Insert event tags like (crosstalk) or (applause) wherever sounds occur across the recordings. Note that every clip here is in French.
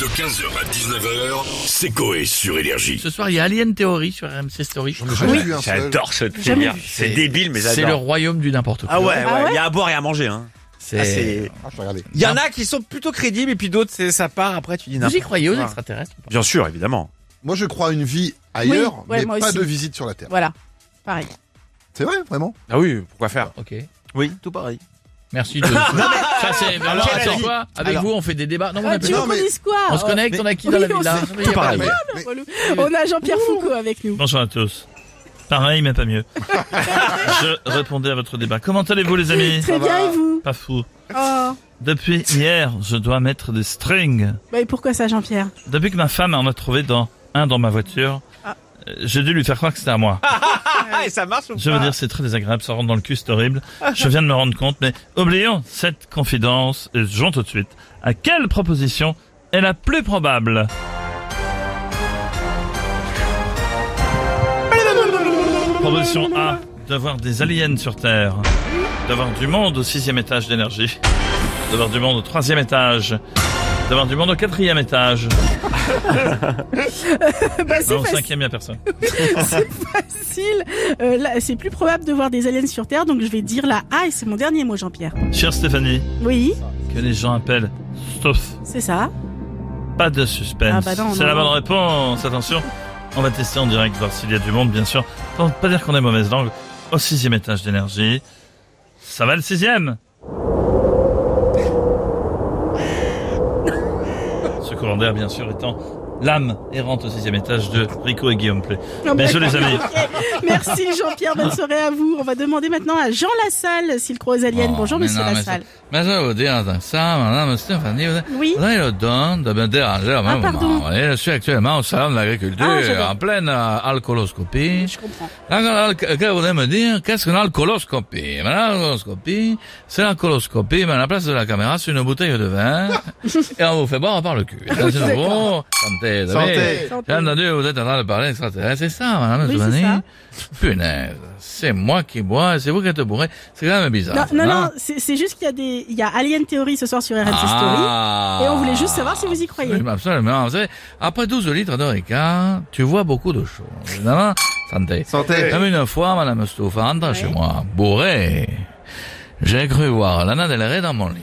De 15h à 19h, c'est Coé sur Énergie. Ce soir, il y a Alien Theory sur RMC Story. Oui. vu un seul. J'adore ce Jamais délire. vu. C'est débile, mais C'est le j'adore. royaume du n'importe quoi. Ah ouais, Ah ouais, ouais il y a à boire et à manger. Hein. Ah, C'est... c'est- Ah, je vais regarder. Il y en a qui sont plutôt crédibles et puis d'autres, c'est- ça part après, tu dis Vous y n'importe croyez aux quoi. extraterrestres ou pas Bien sûr, évidemment. Moi, je crois à une vie ailleurs, ouais, moi mais pas aussi. de visite sur la Terre. Voilà, pareil. C'est vrai, vraiment Ah oui, pourquoi faire Ok. Oui, tout pareil. (laughs) Merci de. Ça, c'est vraiment quel attends, avis quoi Avec Alors. vous, on fait des débats. Non, on Ah, a tu plus- non, veux qu'on mais- dise quoi On se connecte, Mais- on a qui dans la Oui, on villa se- Il y a pas pareil. de- Mais- Ah, mais- On a Jean-Pierre Foucault avec nous. Bonsoir à tous. Pareil, mais (laughs) pas mieux. Je répondais à votre débat. Comment allez-vous, les Bah, amis Très Ça bien, va. et (laughs) vous Pas fou. Oh. Depuis hier, je dois mettre des strings. Bah, et pourquoi ça, Jean-Pierre (laughs) Depuis que ma femme en a trouvé dans un dans ma voiture, Ah. euh, j'ai dû lui faire croire que c'était à moi. Ah, et ça marche ou Je veux pas dire, c'est très désagréable, ça rentre dans le cul, c'est horrible. Je viens de me rendre compte, mais oublions cette confidence. Et Jouons tout de suite. À quelle proposition est la plus probable Proposition A, d'avoir des aliens sur Terre. D'avoir du monde au sixième étage d'énergie. D'avoir du monde au troisième étage. D'avoir du monde au quatrième étage. Bah, c'est Non, au faci- cinquième, il n'y a personne. c'est facile. Euh, là, c'est plus probable de voir des aliens sur Terre, donc je vais dire la A et c'est mon dernier mot, Jean-Pierre. Chère Stéphanie, Oui, que les gens appellent stuff. c'est ça. Pas de suspense. Ah bah non, c'est non, la non. bonne réponse, attention. On va tester en direct, voir s'il y a du monde, bien sûr. Pour pas dire qu'on est mauvaise langue. Au sixième étage d'énergie. Ça va le sixième Ce courant d'air, bien sûr, étant l'âme errante au sixième étage de Rico et Guillaume Play. Non, mais- Désolé, les amis. Merci Jean-Pierre, bonne soirée à vous. On va demander maintenant à Jean Lassalle s'il croit aux aliens. Oh, Bonjour mais Monsieur non, mais Lassalle. Mais je vais vous dire ça, madame Stéphanie. vous- Oui. Là, il est temps de me déranger à Ah, un pardon. moment. Et je suis actuellement au salon de l'agriculture, Ah, je vois. en pleine euh, alcooloscopie. Je comprends. Là, quand- quand- quand vous voulez me dire, qu'est-ce qu'une alcooloscopie? Mais L'alcooloscopie, c'est l'alcooloscopie, mais à la place de la caméra, c'est une bouteille de vin, et on vous fait boire par le cul. Et là, c'est (laughs) nouveau. Santé, David. Santé. Santé. J'ai entendu, vous êtes en train de parler extraterrestre. C'est ça, madame Oui, c'est Stéphanie? ça. Punaise. C'est moi qui bois, et c'est vous qui êtes bourré. C'est quand même Non, bizarre. non, hein non, c'est c'est juste qu'il y a des, il y a Alien Theory ce soir sur RMC Ah. Story, et on voulait juste savoir si vous y croyez. Absolument, absolument. Vous savez, après 12 litres de Ricard, tu vois beaucoup de choses. Évidemment, santé. Santé. Comme une fois, Madame Stouff, en rentrant Ouais. chez moi, bourré, j'ai cru voir Lana Del Rey dans mon lit.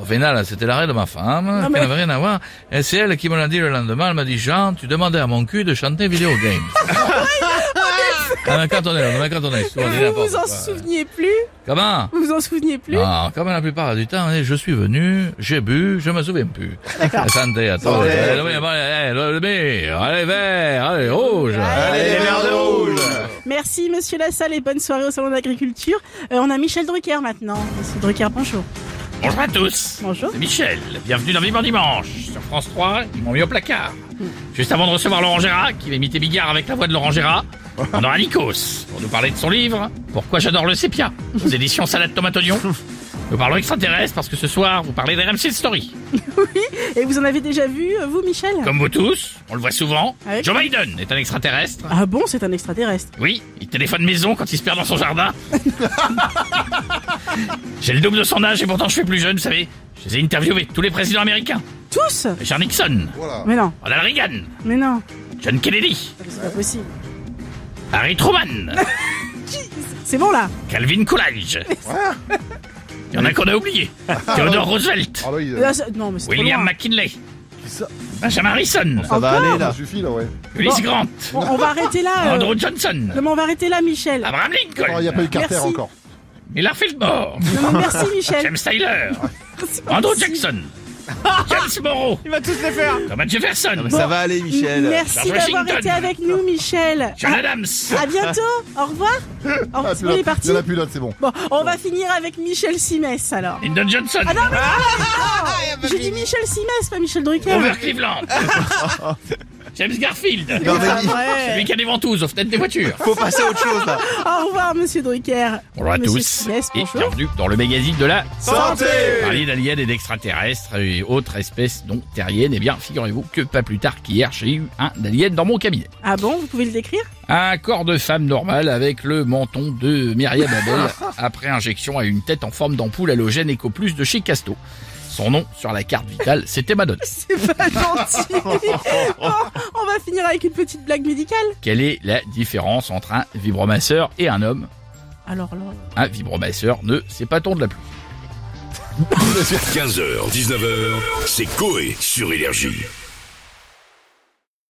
Au final, c'était l'arrêt de ma femme, Non, qui mais- n'avait rien à voir. Et c'est elle qui me l'a dit le lendemain. Elle m'a dit, Jean, tu demandais à mon cul de chanter Video (laughs) Games. ah, mais quand on est là, Ah, mais quand on est sourd, on dit Vous n'importe vous en quoi. souveniez plus? Comment? Vous vous en souveniez plus? Non, comme la plupart du temps, hein, je suis venu, j'ai bu, je me souviens plus. D'accord. Santé, attends. Santé. Allez, allez, allez, le bière, allez, vert, allez, rouge. Allez, les verres de rouge Merci Monsieur Lassalle et bonne soirée au Salon d'Agriculture. Euh, on a Michel Drucker maintenant. Monsieur Drucker, bonjour. Bonjour à tous, Bonjour. c'est Michel, bienvenue dans Vivant Dimanche. Sur France 3, ils m'ont mis au placard. Juste avant de recevoir Laurent Gérard, qui va imiter Bigard avec la voix de Laurent Gérard, on aura Nikos pour nous parler de son livre Pourquoi j'adore le sépia aux éditions Salade Tomate Oignon. Nous parlons extraterrestres parce que ce soir, vous parlez d'RMC Story. Et vous en avez déjà vu, euh, vous Michel Comme vous tous, on le voit souvent, Ouais. Joe Biden est un extraterrestre. Ah bon, c'est un extraterrestre. Oui, il téléphone maison quand il se perd dans son jardin. J'ai le double de son âge et pourtant je suis plus jeune, vous savez. Je les ai interviewés, tous les présidents américains. Tous Richard Nixon, Voilà. Mais non, Ronald Reagan, mais non, John Kennedy, c'est pas possible. Harry Truman, C'est bon là Calvin Coolidge. Il y en a qu'on a oublié. Theodore Roosevelt, Ah, là, il- Là, c'est- Euh, Non, mais c'est trop William loin. McKinley, ça Benjamin Harrison, ça va Encore aller, là. Ça suffit, là, ouais. Ulysse Grant, Bon, on va arrêter là. euh. Andrew Ah, Johnson, Non, mais on va arrêter là, Michel. Abraham Oh, Il n'y a Lincoln, pas eu Carter Merci. encore. Millard Fillmore, Non, mais merci Michel. James Tyler, C'est pas Andrew possible. Jackson, James Morrow, Il va tous les faire. Thomas Jefferson, Ça va aller, M- Michel. Merci George d'avoir Washington. été avec nous, Michel. John Adams. À bientôt. Au revoir. Au Ah, revoir. plus On là. est parti. Il y en a plus là, c'est bon. Bon, on va finir avec Michel Simès alors. Lyndon Johnson, Ah non, mais non, J'ai dit Michel Simès, pas Michel Drucker. Grover Cleveland, James Garfield, Non, mais il- celui qui a des ventouses aux fenêtres des voitures. Faut passer à autre chose, là. Au revoir, monsieur Drucker. Bonjour à Monsieur tous Simès, et bonjour. bienvenue dans le magazine de la Santé Parler d'aliens et d'extraterrestres et autres espèces non terriennes, eh bien figurez-vous que pas plus tard qu'hier j'ai eu un alien dans mon cabinet. Ah bon, vous pouvez le décrire (laughs) Un corps de femme normale avec le menton (laughs) de Myriam Abel après injection à une tête en forme d'ampoule halogène EcoPlus de chez Casto. Son nom sur la carte vitale, c'était Madonna. C'est pas gentil. Bon, on va finir avec une petite blague médicale. Quelle est la différence entre un vibromasseur et un homme Alors là. Un vibromasseur ne sépare-t-on de la pluie. 15h, 19h, c'est Coé sur Énergie.